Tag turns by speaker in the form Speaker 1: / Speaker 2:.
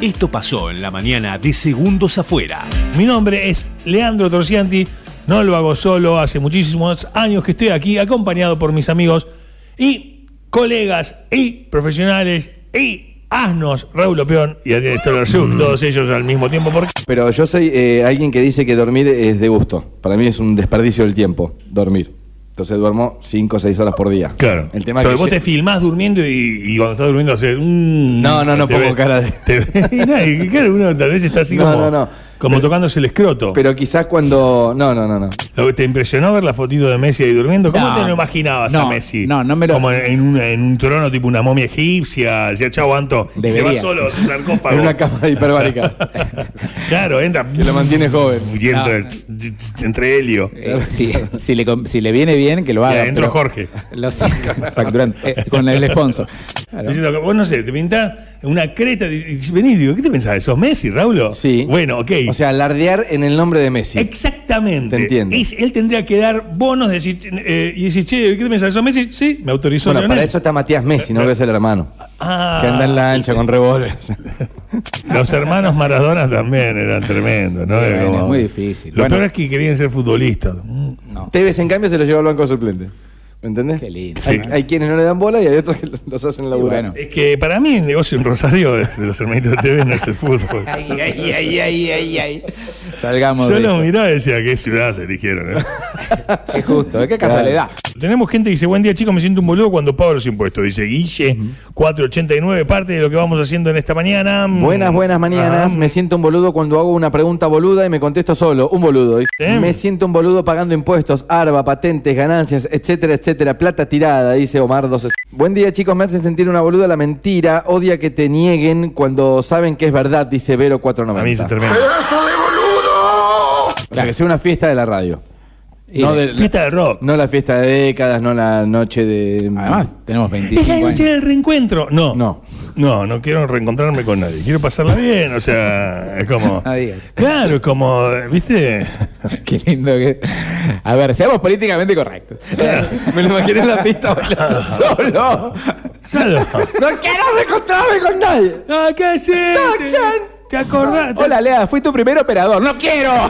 Speaker 1: Esto pasó en la mañana de Segundos Afuera.
Speaker 2: Mi nombre es Leandro Torcianti, no lo hago solo, hace muchísimos años que estoy aquí acompañado por mis amigos y colegas y profesionales y asnos, Raúl Opeón y Adrián Stolarchuk, todos ellos al mismo tiempo. Porque...
Speaker 3: Pero yo soy eh, alguien que dice que dormir es de gusto. Para mí es un desperdicio del tiempo, dormir. Entonces duermo 5 o 6 horas por día.
Speaker 2: Claro.
Speaker 3: El tema
Speaker 2: Pero
Speaker 3: que
Speaker 2: vos
Speaker 3: lle-
Speaker 2: te filmás durmiendo y, y cuando estás durmiendo haces... un
Speaker 3: No, no, no
Speaker 2: Te
Speaker 3: pongo
Speaker 2: ve-
Speaker 3: cara de-
Speaker 2: te ve- y nada, y claro, uno tal vez está así
Speaker 3: No,
Speaker 2: como,
Speaker 3: no, no.
Speaker 2: como tocándose el escroto.
Speaker 3: Pero quizás cuando... No, no, no, no.
Speaker 2: Lo- ¿Te impresionó ver la fotito de Messi ahí durmiendo? ¿Cómo
Speaker 4: No.
Speaker 2: te lo imaginabas a
Speaker 4: No,
Speaker 2: Messi?
Speaker 4: no, no me lo-
Speaker 2: Como en, en un, en un trono, tipo una momia egipcia. Decía, chau, Anto. y Se va
Speaker 4: Debería.
Speaker 2: solo a su sarcófago.
Speaker 3: En una cámara hiperbárica.
Speaker 2: claro, entra.
Speaker 3: que lo mantiene joven.
Speaker 2: Y entra
Speaker 4: No.
Speaker 2: entre Helio.
Speaker 4: Ah, Eh, si, si le, com- si le viene bien, que lo haga.
Speaker 2: adentro
Speaker 4: pero-
Speaker 2: Jorge.
Speaker 4: Lo sé, facturando, eh, con el sponsor. Claro.
Speaker 2: Diciendo que vos no sé, te pintás una creta. y- y Venís, digo, ¿qué te pensás? ¿Sos Messi, Raúl?
Speaker 3: Sí.
Speaker 2: Bueno, ok.
Speaker 3: O sea, alardear en el nombre de Messi.
Speaker 2: Exactamente.
Speaker 3: Te entiendo.
Speaker 2: Es- él tendría que dar bonos decir, eh, y decir, che, ¿qué te pensás? ¿Sos Messi? Sí, me autorizó
Speaker 3: bueno,
Speaker 2: Lionel.
Speaker 3: para eso está Matías Messi, no que es el hermano.
Speaker 2: Ah.
Speaker 3: Que anda en la ancha con revólveres.
Speaker 2: Los hermanos Maradona también eran tremendos, ¿no?
Speaker 4: Sí,
Speaker 2: Era
Speaker 4: bueno, es muy difícil.
Speaker 2: Lo
Speaker 4: Bueno.
Speaker 2: peor es que querían ser futbolistas. Mm.
Speaker 4: No.
Speaker 3: Tevez, en cambio, se lo lleva al banco suplente. ¿Me entendés?
Speaker 4: Qué lindo.
Speaker 3: Hay,
Speaker 2: Sí.
Speaker 3: hay quienes no le dan bola y hay otros que los hacen
Speaker 4: Y
Speaker 3: laburar.
Speaker 4: bueno.
Speaker 2: Es que para mí el negocio en Rosario de de los hermanitos de TV no es el fútbol.
Speaker 4: Ay, ay, ay, ay, ay, ay. Salgamos
Speaker 2: Yo
Speaker 4: de
Speaker 2: lo
Speaker 4: esto.
Speaker 2: miraba y decía, qué ciudad se eligieron. eh?".
Speaker 4: Qué justo, eh, qué casualidad.
Speaker 2: Tenemos gente que dice, buen día chicos, me siento un boludo cuando pago los impuestos. Dice Guille, 489, parte de lo que vamos haciendo en esta mañana. Mm.
Speaker 3: Buenas, buenas mañanas.
Speaker 2: Ah,
Speaker 3: Me siento un boludo cuando hago una pregunta boluda y me contesto solo. Un boludo.
Speaker 2: Bien.
Speaker 3: Me siento un boludo pagando impuestos, arba, patentes, ganancias, etcétera, etcétera. Plata tirada, dice Omar 12. Buen día, chicos. Me hacen sentir una boluda la mentira. Odia que te nieguen cuando saben que es verdad, dice Vero
Speaker 2: a mí se
Speaker 3: 490.
Speaker 2: tremendo.
Speaker 3: O sea, que sea una fiesta de la radio.
Speaker 4: Y
Speaker 3: No,
Speaker 4: de-
Speaker 3: de-
Speaker 2: Fiesta de rock.
Speaker 3: no la fiesta de décadas, no la noche de...
Speaker 4: Además, tenemos
Speaker 2: Es la
Speaker 4: 25
Speaker 2: noche
Speaker 4: años.
Speaker 2: del reencuentro. No.
Speaker 3: No.
Speaker 2: No, no quiero reencontrarme con nadie. Quiero pasarla bien. O sea, es como.
Speaker 4: Adiós.
Speaker 2: Claro, es como. ¿Viste?
Speaker 4: Qué lindo que. A ver, seamos políticamente correctos.
Speaker 3: Me lo imaginé en la pista bailando solo.
Speaker 2: Salo.
Speaker 3: No quiero encontrarme con nadie.
Speaker 2: ¡Ah, qué haces!
Speaker 3: Tarzán.
Speaker 2: ¿Te acordás?
Speaker 4: Hola, Lea, fui tu primer operador. ¡No quiero!